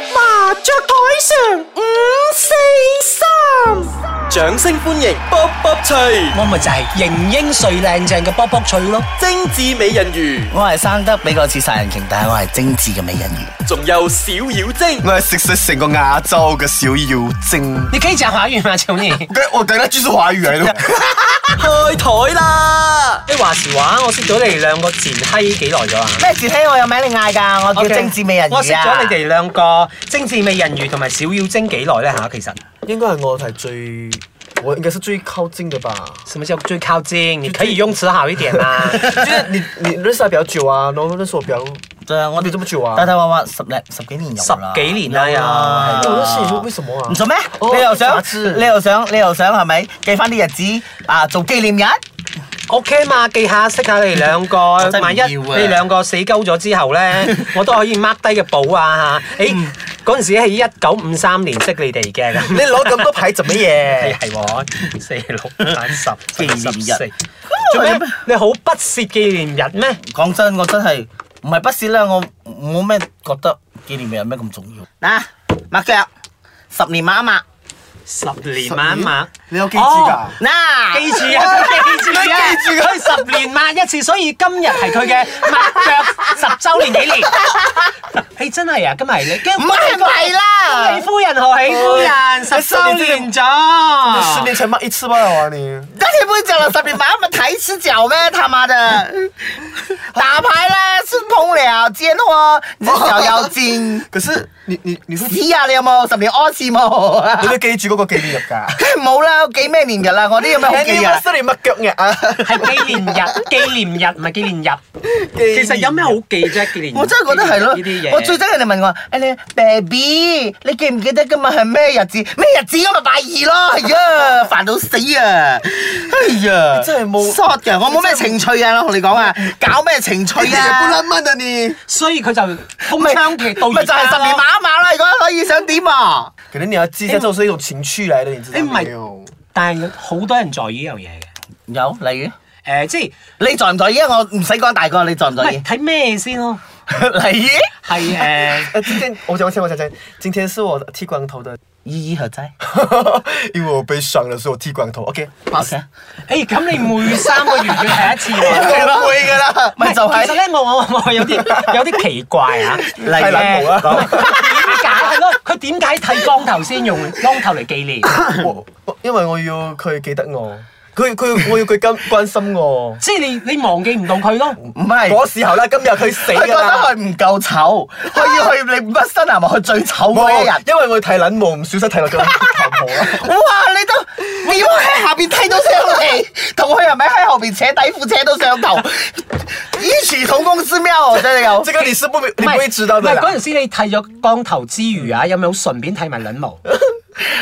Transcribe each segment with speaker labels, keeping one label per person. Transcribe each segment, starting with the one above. Speaker 1: 雀台上五四三，掌聲歡迎卜卜脆，
Speaker 2: 我咪就係型英帥靚正嘅卜卜脆咯。
Speaker 1: 精緻美人魚，
Speaker 2: 我係生得比較似殺人鯨，但係我係精緻嘅美人魚。
Speaker 1: 仲有小妖精，
Speaker 3: 我係食食成個亞洲嘅小妖精。
Speaker 2: 你可以講華語嗎，求 你？誒
Speaker 3: 我我等下繼續華語嚟咯。
Speaker 1: 開台啦！
Speaker 2: 話時話，我識咗你哋兩個前閪幾耐咗啊？
Speaker 4: 咩時睇我有名你嗌㗎，我
Speaker 2: OK
Speaker 4: 叫精緻美人魚啊！
Speaker 2: 我識咗你哋兩個精緻美人魚同埋小妖精幾耐咧吓？其實
Speaker 5: 应该系我系最，我应该是最靠近的吧。
Speaker 2: 什麼叫最靠近？你可以用詞好一點啦。
Speaker 5: 就是你你认识他比较久啊，然后认识我比较，因
Speaker 4: 對啊，我
Speaker 5: 我哋都冇做啊
Speaker 4: 大大話話十零十幾年有
Speaker 2: 十
Speaker 4: 啦。
Speaker 2: 幾年啦又
Speaker 4: 啊
Speaker 2: 係
Speaker 5: 为我
Speaker 2: 咯，
Speaker 5: 认识你为什么啊
Speaker 4: 唔？做咩？
Speaker 5: 哦
Speaker 4: 你又想
Speaker 5: 雜誌
Speaker 4: 你又想你又想係咪記翻啲日子啊？做紀念日？
Speaker 2: OK 嘛，記下識下你哋兩個，
Speaker 4: 真係唔
Speaker 2: 萬一
Speaker 4: 要啊
Speaker 2: 你哋兩個死鳩咗之後咧，我都可以 mark 低個簿啊嚇。誒，嗰陣時係一九五三年識你哋嘅
Speaker 5: 你
Speaker 2: 咁。
Speaker 5: 攞咁多牌做乜 嘢
Speaker 2: 係？係喎，四六八 十
Speaker 4: 紀念
Speaker 2: 十
Speaker 4: 日
Speaker 2: 四，做咩？你好不屑紀念日咩？
Speaker 4: 講真，我真係唔係不是啦，我冇咩覺得紀念日有咩咁重要。嗱，抹腳十年抹一抹。
Speaker 2: 十年晚晚，
Speaker 3: 你有記住㗎？
Speaker 4: 哦 嗱，
Speaker 2: 記住啊， 記住啊，佢十年抹一次，所以今日係佢 嘅抹腳十週年 紀念。係真係啊，今日係你，
Speaker 4: 唔係唔係
Speaker 2: 恭喜
Speaker 4: 啦，
Speaker 2: 夫人何喜夫人十週年
Speaker 5: 十
Speaker 2: 咗。
Speaker 5: 年才骂一次吧，啊你。
Speaker 4: 但你不是講了十年抹一抹抬起腳咩？他媽 的，打牌啦，順碰了，煎鍋，你隻小妖精。
Speaker 5: 可是你你你会
Speaker 4: 屎啊！你有冇十年屙屎冇？
Speaker 5: 你 会記住嗰個紀念日 㗎？
Speaker 4: 梗係冇啦，幾咩年日啦？我啲有咩好記啊？
Speaker 5: 啊哎你乜腳日啊？
Speaker 2: 係紀念 日，紀念日唔係紀念日。其實有咩好記啫？紀念日
Speaker 4: 我真係覺得係
Speaker 2: 呢啲
Speaker 4: 咯，
Speaker 2: 嘢。
Speaker 4: 我最憎人哋問我：誒你 baby，你記唔記得今日係咩日子？咩日子啊？咪拜二咯，係啊，煩到死啊！哎呀，
Speaker 5: 真係冇
Speaker 4: short 嘅，我冇咩情趣啊！我同你講啊，搞咩情趣
Speaker 3: 你
Speaker 4: 啊？
Speaker 3: 不浪漫啊你！
Speaker 2: 所以佢就空窗期到
Speaker 4: 咪
Speaker 2: 而
Speaker 4: 就
Speaker 2: 家
Speaker 4: 係十年
Speaker 2: 咯。
Speaker 4: 馬一馬啦！如果可以想點啊？
Speaker 5: 可能你要記一下，這種是一種情趣來的，你知
Speaker 2: 你
Speaker 5: 道
Speaker 2: 哎唔
Speaker 5: 沒
Speaker 2: 係
Speaker 5: 有？，
Speaker 2: 但係好多人在意呢樣嘢嘅。
Speaker 4: 有例如。
Speaker 2: 誒、即係
Speaker 4: 你在唔在意啊？我唔使講大個，你在唔
Speaker 2: 唔
Speaker 4: 在意
Speaker 2: 係？睇咩先咯？
Speaker 4: 例如
Speaker 2: 係誒、
Speaker 5: 呃，今天我講我講我講講，今天是我剃光頭的，
Speaker 4: 意義何在
Speaker 5: 因為我被傷了，所以我剃光頭。OK，
Speaker 4: ？OK，
Speaker 2: 誒哎咁你每三個月要睇一次喎。
Speaker 4: 係咯，會㗎啦，咪就係
Speaker 2: 其實咧，我我我有啲有啲奇怪啊。例如
Speaker 4: 係
Speaker 5: 冷毛啊
Speaker 2: 點解係咯？佢點解剃光頭先用光頭嚟紀念？
Speaker 5: 我我因為我要佢記得我，佢佢我要佢關關心 我。
Speaker 2: 即係你你忘記唔到佢咯。
Speaker 4: 唔係。
Speaker 5: 嗰時候啦，今日佢死
Speaker 4: 佢覺
Speaker 5: 㗎
Speaker 4: 得
Speaker 5: 啦
Speaker 4: 佢。唔夠醜，佢要去你畢生難忘佢最醜
Speaker 5: 冇
Speaker 4: 嗰一日。
Speaker 5: 因為我睇撚毛，唔小心睇落咗頭毛 啊啦。
Speaker 4: 哇！你都點喺下邊睇到上嚟，同佢係咪喺後邊扯底褲扯到上頭？異曲同工之妙啊！真係有
Speaker 5: 這。 個你是不會你
Speaker 2: 唔
Speaker 5: 不
Speaker 2: 係
Speaker 5: 會知道
Speaker 2: 唔
Speaker 5: 的
Speaker 2: 係嗰
Speaker 5: 啦。
Speaker 2: 陣時你剃咗光頭之餘啊，有冇順便剃埋撚毛？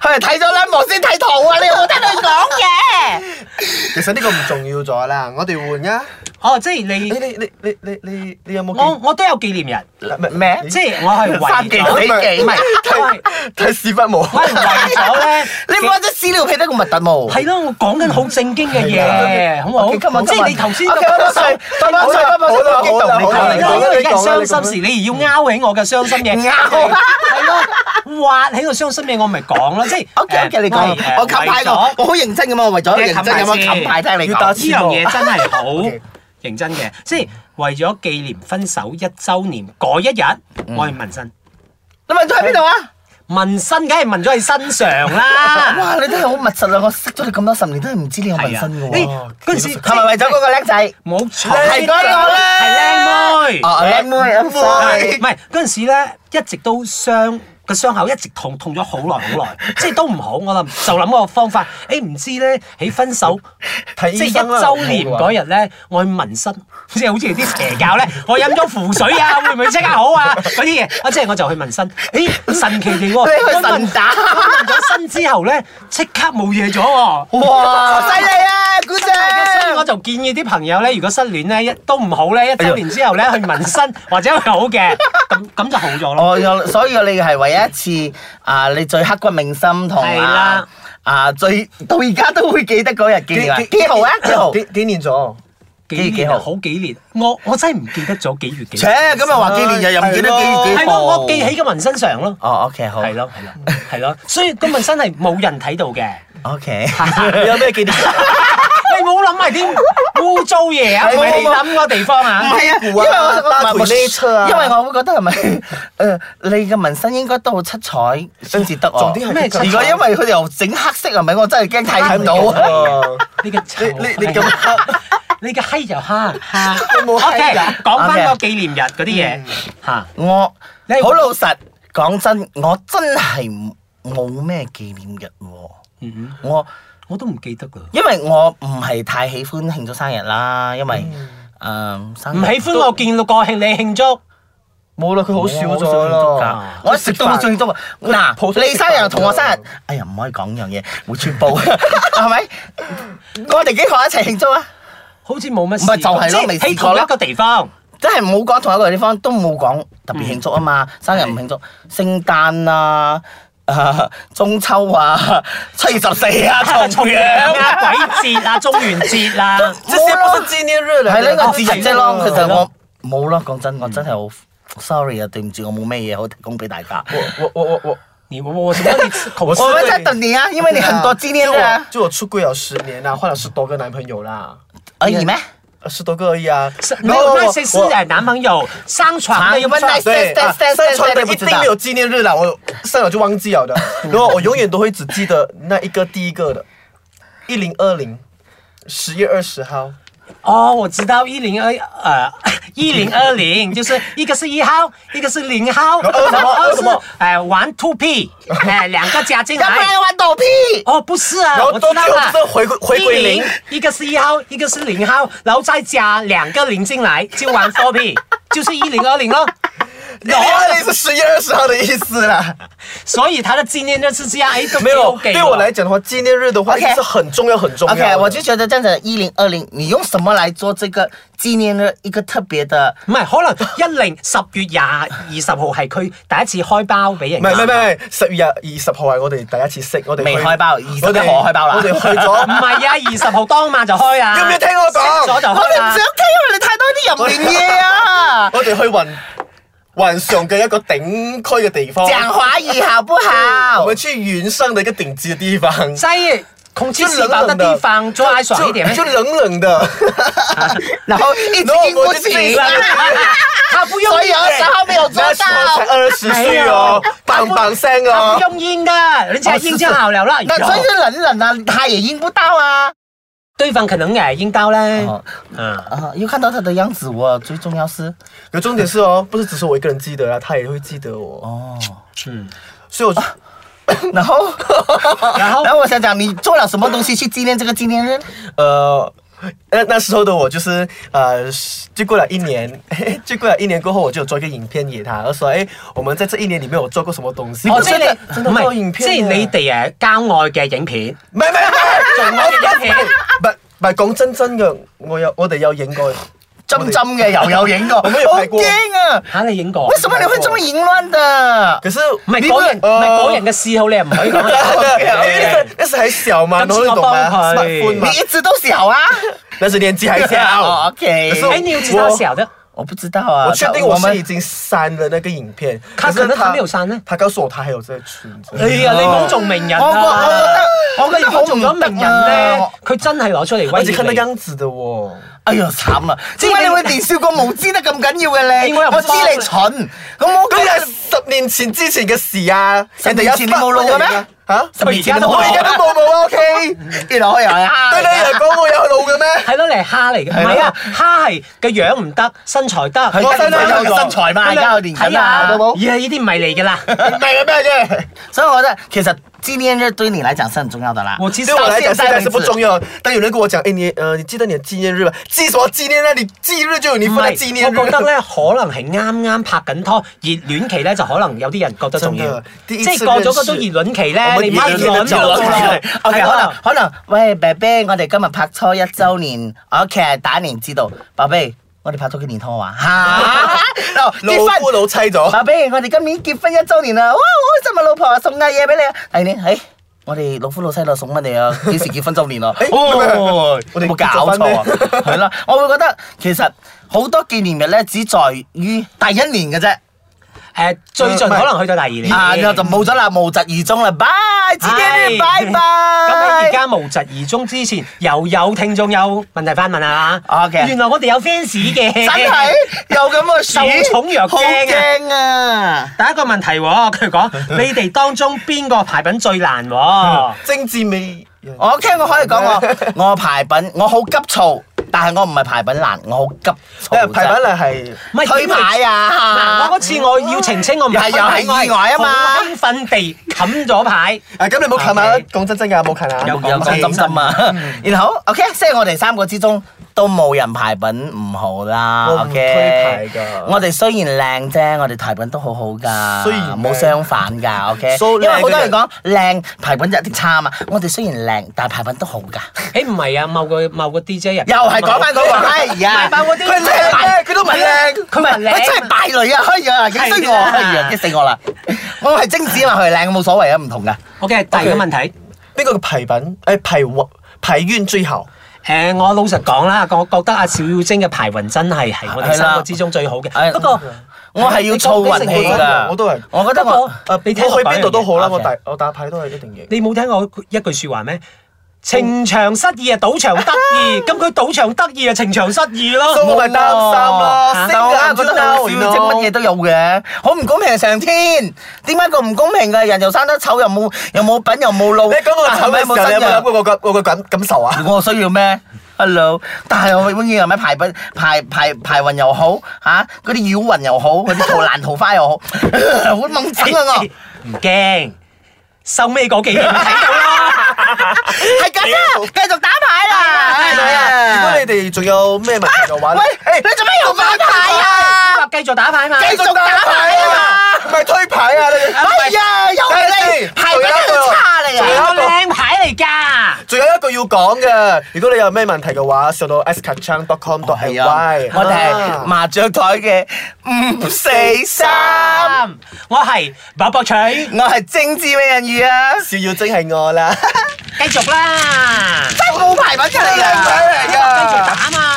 Speaker 4: 佢係睇咗啦，幕先睇圖啊！你有冇聽佢講嘅？
Speaker 5: 其實呢個唔重要咗啦，我哋換啊。
Speaker 2: 哦，即係你
Speaker 5: 你你你你你你你有冇
Speaker 2: 我
Speaker 5: 記？
Speaker 2: 我都有紀念日，
Speaker 5: 咩
Speaker 4: 咩
Speaker 2: 即係我係
Speaker 4: 三幾
Speaker 2: 為咗
Speaker 4: 死幾？
Speaker 2: 唔係我係
Speaker 5: 睇屎忽毛。
Speaker 2: 我係為咗咧。
Speaker 4: 你冇咗資料俾得咁核突冇？
Speaker 2: 係咯，我講緊好正經嘅嘢，好唔好？
Speaker 4: OK，今日
Speaker 2: 即係你頭先咁
Speaker 4: ，OK，
Speaker 2: 樣
Speaker 4: 不睡，不
Speaker 5: 好
Speaker 4: 睡，
Speaker 5: 啦
Speaker 4: 不睡，
Speaker 5: 好啦
Speaker 4: 激
Speaker 5: 好
Speaker 4: 動
Speaker 5: 啦
Speaker 4: 你
Speaker 5: 好
Speaker 4: 講
Speaker 5: 啦
Speaker 2: 係
Speaker 4: 你
Speaker 2: 啦，
Speaker 4: 講
Speaker 2: 因為而家
Speaker 5: 你講啦
Speaker 2: 係傷心時，你而要勾起我嘅傷心嘢，
Speaker 4: 拗
Speaker 2: 係咯，挖起個傷心嘢，我咪講咯，即係
Speaker 4: OK OK，你
Speaker 2: 誒
Speaker 4: 講，我冚牌
Speaker 2: 為咗
Speaker 4: 我，我好認真咁啊，我為咗
Speaker 2: 你
Speaker 4: 認
Speaker 2: 冚
Speaker 4: 真
Speaker 2: 牌
Speaker 4: 咁樣
Speaker 2: 先
Speaker 4: 冚牌聽你
Speaker 5: 要打
Speaker 4: 講。
Speaker 2: 呢樣嘢真係好認真嘅，即係為咗紀念分手一週年嗰一日，我係紋身，
Speaker 4: 你問咗喺邊度啊？
Speaker 2: 紋身梗係紋咗喺身上啦。
Speaker 4: 哇！你真係好密實啊！我識咗你咁多十年，都係唔知你有紋身
Speaker 2: 係
Speaker 4: 嘅喎。
Speaker 2: 啊誒嗰陣時
Speaker 4: 係咪為咗嗰個僆仔？
Speaker 2: 冇錯，
Speaker 4: 係嗰個咧
Speaker 2: 係靚妹。
Speaker 4: 哦，僆妹啊，
Speaker 2: 係唔
Speaker 4: sorry
Speaker 2: 係嗰陣時咧，一直都傷個傷口一直痛，痛咗好耐好 耐，即係都唔好。我諗就諗個方法，誒唔知咧喺分手
Speaker 5: 睇
Speaker 2: 啊即係
Speaker 5: 醫
Speaker 2: 一
Speaker 5: 生啦
Speaker 4: 啊
Speaker 2: 週年嗰日咧，我去紋身，即係好似啲邪教咧，我飲咗符 水啊，會唔會即刻好啊？嗰啲嘢啊，即係我就去紋身，誒神奇地喎，我
Speaker 4: 你去
Speaker 2: 紋
Speaker 4: 神打
Speaker 2: 我紋咗身之後咧，即刻冇嘢咗喎。
Speaker 4: 哇！犀利啊，古仔！
Speaker 2: 所以我就建議啲朋友咧，如果失戀咧，一都唔好咧，一週年之後咧去紋身或者去好嘅，咁咁就好咗咯。
Speaker 4: 我有，哦所以你係唯一一次啊！你最刻骨銘心同
Speaker 2: 係
Speaker 4: 啊
Speaker 2: 啦
Speaker 4: 啊最到而家都會記得嗰日紀念啊
Speaker 5: 幾
Speaker 4: 幾號啊？幾號？
Speaker 5: 幾幾年咗？
Speaker 2: 幾
Speaker 4: 幾
Speaker 2: 年
Speaker 4: 號
Speaker 2: 啊，好幾年，我我真係唔記得咗幾月幾
Speaker 4: 切，
Speaker 2: 日。
Speaker 4: 咁咪話幾年日又唔記得幾月幾
Speaker 2: 係
Speaker 4: 號。
Speaker 2: 我我記起個紋身上咯，
Speaker 4: 哦，OK，好。
Speaker 2: 係咯係咯係咯，所以個紋身係冇人睇到嘅。
Speaker 4: OK。
Speaker 5: 你有咩記念？
Speaker 2: 你冇諗埋啲污糟嘢啊！
Speaker 4: 係
Speaker 2: 唔係你
Speaker 4: 冇冇
Speaker 2: 諗個地方啊！
Speaker 4: 係啊，因為我
Speaker 5: 搭
Speaker 4: 我
Speaker 5: 台呢車啊
Speaker 4: 因為我會覺得係咪 誒你嘅紋身應該都好七彩先至得喎。
Speaker 5: 重點係
Speaker 2: 咩七彩
Speaker 4: 如果因為佢哋又整黑色係咪？我真係驚睇唔到啊！
Speaker 5: 啊！
Speaker 2: 你嘅
Speaker 5: 你
Speaker 2: 臭
Speaker 5: 你你
Speaker 2: 閪
Speaker 5: 咁黑，
Speaker 2: 你嘅閪就蝦
Speaker 5: 你冇閪
Speaker 2: O K，
Speaker 5: 㗎
Speaker 2: 講翻
Speaker 4: OK
Speaker 2: 個紀念日嗰啲嘢嚇，
Speaker 4: 我
Speaker 2: 你係
Speaker 4: 好老實講真，我真係冇咩紀念日喎。
Speaker 2: 嗯
Speaker 4: 我
Speaker 2: 我都唔記得啦。
Speaker 4: 因為我唔係太喜歡慶祝生日啦，因為
Speaker 5: 嗯
Speaker 4: 誒生
Speaker 2: 唔
Speaker 4: 日
Speaker 2: 喜歡我見到個慶你慶祝，
Speaker 5: 啊冇啦，佢好少
Speaker 4: 我好
Speaker 5: 咗啊
Speaker 4: 少慶祝㗎
Speaker 5: 咯。
Speaker 4: 我食到好中意都話
Speaker 5: 普
Speaker 4: 嗱，
Speaker 5: 通食飯
Speaker 4: 你生日同我生日，哎呀唔可以講呢樣嘢，會穿煲 係咪？我哋幾個一齊慶祝啊！
Speaker 2: 好似冇乜事。
Speaker 4: 唔係就係咯
Speaker 2: 即
Speaker 4: 未
Speaker 2: 喺
Speaker 4: 試過
Speaker 2: 同
Speaker 4: 咯
Speaker 2: 一個地方。
Speaker 4: 真係唔好講同一個地方，都冇講特別慶祝啊嘛，生日唔慶祝，聖誕啊。 啊中秋啊， 七月十四 啊，重陽
Speaker 2: 啊
Speaker 4: 啊，
Speaker 2: 鬼節啊，中元節啊，
Speaker 5: 即係不是紀念日嚟㗎
Speaker 4: 係呢個節日啫咯。嗯
Speaker 5: 哦
Speaker 4: 其實我冇咯，講真，我真係好 sorry 啊，對唔住，我冇咩嘢好提供俾大家。
Speaker 5: 我我我我
Speaker 2: 你我我什麼你口
Speaker 4: 我
Speaker 2: 是
Speaker 4: 们在等你啊，因為你很多紀念日啊。
Speaker 5: 就我就我出櫃有十年啦，換了十多個男朋友啦，
Speaker 4: 而已哎咩？
Speaker 5: 呃十多個而已啊。
Speaker 2: 沒有那些是誒男朋友上床的又不
Speaker 4: 床
Speaker 2: 算
Speaker 4: 的
Speaker 5: 对，
Speaker 4: 但
Speaker 5: 啊
Speaker 4: 但
Speaker 5: 上传的
Speaker 4: 但但
Speaker 5: 一定嗯没有纪念日啦，我上了就忘记了的。然后我永远都会只记得那一个第一个的，一零二零，十月二十号。
Speaker 2: 哦，我知道一零二呃 一零二零就是一个是一号，一个是零号，
Speaker 5: 二什么
Speaker 2: 二
Speaker 5: 二什么
Speaker 2: 是哎玩 two P，哎两个加进
Speaker 4: 要不
Speaker 2: 来
Speaker 4: 然。玩狗屁！
Speaker 2: 哦，不是啊，
Speaker 5: 然后
Speaker 2: 我知道
Speaker 5: Tokyo
Speaker 2: 啦
Speaker 5: 就是回归回归
Speaker 2: 一
Speaker 5: 零，
Speaker 2: 一个是一号，一个是零号，然后再加两个零进来就玩 four P，就是一零二零咯。
Speaker 5: 然后那哎是十月二十号的意思啦。
Speaker 2: 所以他的纪念日是这样，哎，都
Speaker 5: 没有，
Speaker 2: 给
Speaker 5: 对我来讲的话，纪念日的话
Speaker 4: OK
Speaker 5: 是很重要很重要的。
Speaker 4: OK，我就觉得这样子，一零二零，你用什么来做这个纪念日一个特别的？
Speaker 2: 唔係，可能一零十月廿二十號係佢第一次開包俾人。
Speaker 5: 唔係唔係唔係，十月廿二十號係我哋第一次識，我哋
Speaker 4: 未
Speaker 5: 去
Speaker 4: 開包21號開包啦
Speaker 5: 我哋去
Speaker 2: 唔
Speaker 5: 咗，
Speaker 2: 係啊，二十號當晚就開啊。
Speaker 5: 要唔要聽我講
Speaker 2: 熄咗就
Speaker 4: 我哋
Speaker 2: 開啊啦
Speaker 4: 唔想聽，。 因為你太多啲入 面嘢啊！
Speaker 5: 我哋去雲雲上嘅一個頂區嘅地方，
Speaker 4: 講華語好不好
Speaker 5: 我？們去雲上的一個頂級嘅地 方，
Speaker 2: 在空氣
Speaker 5: 就
Speaker 2: 稀
Speaker 5: 冷
Speaker 2: 薄的
Speaker 5: 冷
Speaker 2: 地
Speaker 5: 的
Speaker 2: 方做愛爽一點。
Speaker 5: 就冷冷的。
Speaker 4: 然後一直硬不行啊，
Speaker 2: 他不用
Speaker 4: 所以
Speaker 2: 煙
Speaker 4: 啊二十
Speaker 2: 的，
Speaker 4: 號沒有做
Speaker 5: 那時候才
Speaker 4: 到。
Speaker 5: 二十歲哦，棒棒聲
Speaker 2: 他
Speaker 5: 哦
Speaker 2: 不。用啊煙的，人家硬就好了啦。
Speaker 4: 那哦所以就冷冷啊，他也硬不到啊。
Speaker 2: 對方可能誒硬到咧。
Speaker 4: 哦
Speaker 2: 嗯，
Speaker 4: 啊，又看到他的樣子，我最重要 是
Speaker 5: 有重點是哦，不是只是我一個人記得啊，他也會記得我，
Speaker 4: 哦，
Speaker 5: 所以我就
Speaker 4: 然後。
Speaker 2: 然後
Speaker 4: 然后我想讲，你做了什么东西去纪念这个纪念日？
Speaker 5: 呃，那那时候的我就是呃，就过了一年，就过了一年过后，我就有做一个影片给他，我说哎，我们在这一年里面我做过什么东西？
Speaker 2: 哦，
Speaker 5: 我
Speaker 2: 即係
Speaker 5: 真的真
Speaker 2: 你
Speaker 5: 的
Speaker 2: 唔
Speaker 5: 做影
Speaker 2: 係，即
Speaker 5: 片啊
Speaker 2: 係
Speaker 5: 耶
Speaker 2: 你，哋誒郊外嘅影片，
Speaker 5: 唔係唔係唔係，
Speaker 2: 仲有嘅影片。
Speaker 5: 唔係唔係講真真嘅，我有我哋有影過，
Speaker 4: 针针嘅又有影过，好
Speaker 5: 我没有拍过
Speaker 4: 惊啊！
Speaker 2: 嚇你影過？
Speaker 4: 为什么你会这么淫乱的？
Speaker 5: 可是
Speaker 2: 唔係
Speaker 5: 你哦
Speaker 2: 嗰人，唔係嗰人嘅嗜好，你又唔可以講
Speaker 5: 呃
Speaker 2: 係
Speaker 5: 因為那時那時還小嘛，
Speaker 2: 今
Speaker 5: 然
Speaker 2: 次
Speaker 5: 后你
Speaker 2: 我
Speaker 5: 懂
Speaker 2: 幫
Speaker 5: 嗎
Speaker 2: 佢
Speaker 5: ？smartphone 嘛
Speaker 4: 你，一直都小啊！
Speaker 5: 那時年紀還
Speaker 4: 哦
Speaker 5: 小。可是
Speaker 2: 哎，
Speaker 4: ，OK，
Speaker 2: 你有知道小的？
Speaker 4: 我不知道啊。
Speaker 5: 我確定
Speaker 4: 但
Speaker 5: 我
Speaker 4: 们
Speaker 5: 是已经删了那個影片，
Speaker 2: 他
Speaker 5: 是
Speaker 2: 可能他沒有刪呢
Speaker 5: 他告訴我他還有在存着。
Speaker 2: 哎呀，你唔好做名人
Speaker 4: 哦我我我覺
Speaker 2: 啊！
Speaker 4: 得我覺
Speaker 2: 你
Speaker 4: 得
Speaker 2: 如
Speaker 4: 好
Speaker 2: 果
Speaker 4: 唔
Speaker 2: 做咗名
Speaker 4: 得
Speaker 2: 人
Speaker 4: 啊！
Speaker 2: 咧
Speaker 4: 我，
Speaker 2: 佢真係攞出嚟
Speaker 5: 而
Speaker 2: 威
Speaker 5: 且看那
Speaker 2: 脅你。
Speaker 5: 樣子的喎，
Speaker 4: 哎呀慘啊！點解你會連笑過無知得咁緊要嘅你？
Speaker 2: 哎我又唔
Speaker 4: 我知你蠢，咁我
Speaker 5: 咁又係十年前之前嘅事啊！
Speaker 4: 十年前你冇腦嘅咩
Speaker 5: 嚇，
Speaker 4: 十年前你冇腦
Speaker 5: 我而家都冇腦啊！OK，
Speaker 4: 一路又係啊
Speaker 5: 對
Speaker 2: 哎
Speaker 4: 蝦
Speaker 5: 你嚟講我有腦嘅咩？
Speaker 2: 啊係咯，你係蝦嚟嘅，唔係啊，蝦係個樣唔得，身材得，
Speaker 4: 係
Speaker 5: 我身
Speaker 4: 得
Speaker 5: 體有
Speaker 4: 身材嘛，而
Speaker 2: 係
Speaker 4: 家有年紀嘛，
Speaker 2: 係
Speaker 4: 好冇
Speaker 2: 啊？呀，呢啲唔係你噶 啦，
Speaker 5: 唔係嘅咩啫？
Speaker 4: 所以我覺得其實紀念日對你來講是很重要的啦。
Speaker 2: 我其實
Speaker 5: 對我來講，現
Speaker 4: 到現在
Speaker 5: 在
Speaker 4: 為止
Speaker 5: 是不重要。但有人跟我講，誒你誒你記得你的紀念日吧？記什麼紀念日？你忌日就有你
Speaker 2: 唔
Speaker 5: 份的紀
Speaker 2: 係，
Speaker 5: 念日。
Speaker 2: 我覺得咧，可能係啱啱拍緊拖，熱戀期咧就可能有啲人覺得重要
Speaker 5: 真嘅，第一
Speaker 2: 即
Speaker 5: 次
Speaker 2: 係過咗嗰種熱戀期咧，
Speaker 5: 我
Speaker 2: 你
Speaker 5: 們
Speaker 2: 乜
Speaker 5: 熱戀
Speaker 2: 嘢
Speaker 5: 就
Speaker 2: 都
Speaker 5: 咗
Speaker 2: 做 啦，
Speaker 4: O
Speaker 2: 係啊
Speaker 4: K，可能
Speaker 5: 啊
Speaker 2: 啦。
Speaker 4: 可能，喂，baby，我哋今日拍拖一周年，我屋企係打年知道，寶貝，我哋拍拖幾年拖啊？ 吓，嗱
Speaker 5: 老
Speaker 4: 結
Speaker 5: 夫
Speaker 4: 婚，
Speaker 5: 老妻咗
Speaker 4: 寶。貝，我哋今年結婚一周年啦，哇，好開心啊，老婆，送嘅嘢俾你啊，係你，哎，我哋老夫老妻啦，送乜你 啊？幾時結婚周年啊？
Speaker 5: 哎
Speaker 4: 哦，
Speaker 5: 我
Speaker 4: 有
Speaker 5: 哋
Speaker 4: 冇搞
Speaker 5: 結咗婚
Speaker 4: 錯
Speaker 5: 咩
Speaker 4: 啊？ 係啦，我會覺得其實好多紀念日咧，只在於第一年嘅啫。
Speaker 2: 誒最盡可能去到第二年。
Speaker 4: 啊，然後就冇咗啦，無疾而終啦，拜，自己
Speaker 2: 係
Speaker 4: 拜拜。
Speaker 2: 咁喺而家無疾而終之前，又有聽眾有問題翻問啊
Speaker 4: OK
Speaker 2: 原來我哋有 fans 嘅，
Speaker 4: 真係有咁嘅事，
Speaker 2: 受寵若驚啊
Speaker 4: 好驚啊！
Speaker 2: 第一個問題喎，佢 講你哋當中邊個牌品最難喎？
Speaker 5: 精緻美人。
Speaker 4: 我聽我可以講 我，我排品我好急躁，但係我唔係排品難，我好急躁
Speaker 5: 誒
Speaker 4: 啫。
Speaker 5: 呃排版嚟係
Speaker 2: 唔係
Speaker 4: 推牌啊
Speaker 2: 嗱，我嗰次我要澄清，我唔
Speaker 4: 又係
Speaker 2: 我係
Speaker 4: 意外啊嘛
Speaker 2: 好興奮地冚咗牌，
Speaker 5: 啊，咁你冇近啊
Speaker 2: OK！
Speaker 5: 講真真㗎，冇近啊！
Speaker 2: 有
Speaker 4: 有講
Speaker 2: 講
Speaker 4: 真心啊！然後 OK，即係我哋三個之中都冇人排品唔好啦。
Speaker 5: 我唔
Speaker 4: OK，
Speaker 5: 推牌㗎
Speaker 4: 我哋雖然靚啫，我哋排品都好好㗎，
Speaker 5: 雖然靚
Speaker 4: 冇相反㗎。OK，
Speaker 5: So
Speaker 4: 因為好多
Speaker 5: 靚嘅
Speaker 4: 人
Speaker 5: 人
Speaker 4: 講靚排品有啲差啊嘛。我哋雖然靚，但係排品都好㗎。
Speaker 2: 誒唔係啊，某個某個 DJ 人
Speaker 4: 又係講翻嗰個，哎呀，
Speaker 2: 唔係我啲
Speaker 4: 佢靚咩？佢都唔係靚，
Speaker 2: 佢唔係靚
Speaker 4: 佢真係敗類啊！哎呀，激死我，
Speaker 2: 係啦
Speaker 4: 哎呀，激死我啦！我係精子嘛，佢係靚，冇所謂啊，唔同噶。
Speaker 2: OK，第二個問題。
Speaker 5: 邊個嘅排品誒排運排運最好？
Speaker 2: 誒、我老實講啦，我覺得阿小妖精嘅排雲真係係我哋三個之中最好
Speaker 4: 係啦
Speaker 2: 嘅。不過
Speaker 4: 我係要燥運氣㗎，
Speaker 5: 我都係
Speaker 4: 我覺得
Speaker 2: 不
Speaker 4: 我
Speaker 2: 過
Speaker 5: 誒，
Speaker 2: 你聽
Speaker 5: 我
Speaker 2: 我
Speaker 5: 去邊度都好啦，
Speaker 4: 講
Speaker 5: 我
Speaker 4: 一樣
Speaker 5: 打我打牌都係一定贏。
Speaker 2: 你冇聽過一句説話咩？情場失意啊，賭場得 意。咁佢賭場得意啊，情場失意
Speaker 5: 所以我
Speaker 2: 咯。
Speaker 5: 咪擔心咯，
Speaker 4: 但
Speaker 5: 星
Speaker 4: 我
Speaker 5: 眼
Speaker 4: 硬覺得好少，即係乜嘢都有嘅，好唔公平上天。點解咁唔公平嘅？人又生得醜，又冇又冇品，又冇路。
Speaker 5: 你講我醜
Speaker 4: 啊但係
Speaker 5: 嘅時候，
Speaker 4: 咪
Speaker 5: 你有冇
Speaker 4: 身
Speaker 5: 諗
Speaker 4: 人
Speaker 5: 過我個我個感感受啊？
Speaker 4: 我需要咩？Hello，但係我永遠係咪排運排排排運又好嚇，嗰啲妖運又好，嗰啲桃蘭桃花又好， 好掹整啊我，
Speaker 2: 唔驚，收尾嗰幾年睇到啦。
Speaker 4: 係咁啊，繼續打牌
Speaker 5: 啊如果
Speaker 4: 啦！
Speaker 5: 你哋仲有咩問題嘅話
Speaker 4: 啊喂
Speaker 5: 咧，，
Speaker 4: 你做咩又打牌
Speaker 2: 你
Speaker 4: 啊？
Speaker 2: 話繼續打牌嘛？
Speaker 4: 繼續打牌啊！
Speaker 5: 唔係推牌啊！你哋
Speaker 4: 哎呀，又係你排得好差你
Speaker 2: 係
Speaker 4: 啊！
Speaker 2: 個靚牌嚟㗎。
Speaker 5: 仲有一個要講嘅，如果你有咩問題嘅話，上到
Speaker 4: 係啊
Speaker 5: sketchang.com.my，，
Speaker 4: 我哋
Speaker 5: Ờ.
Speaker 4: 係麻雀台嘅五四三，
Speaker 2: 三，我係寶博取， 繼
Speaker 4: 我係精緻美人魚啊！
Speaker 5: 小妖精係我啦。
Speaker 2: 續啦。
Speaker 4: 真係冇排品出嚟
Speaker 5: 靚
Speaker 4: 啊！
Speaker 5: 仔嚟
Speaker 2: 繼續
Speaker 5: 㗎，
Speaker 2: 打嘛。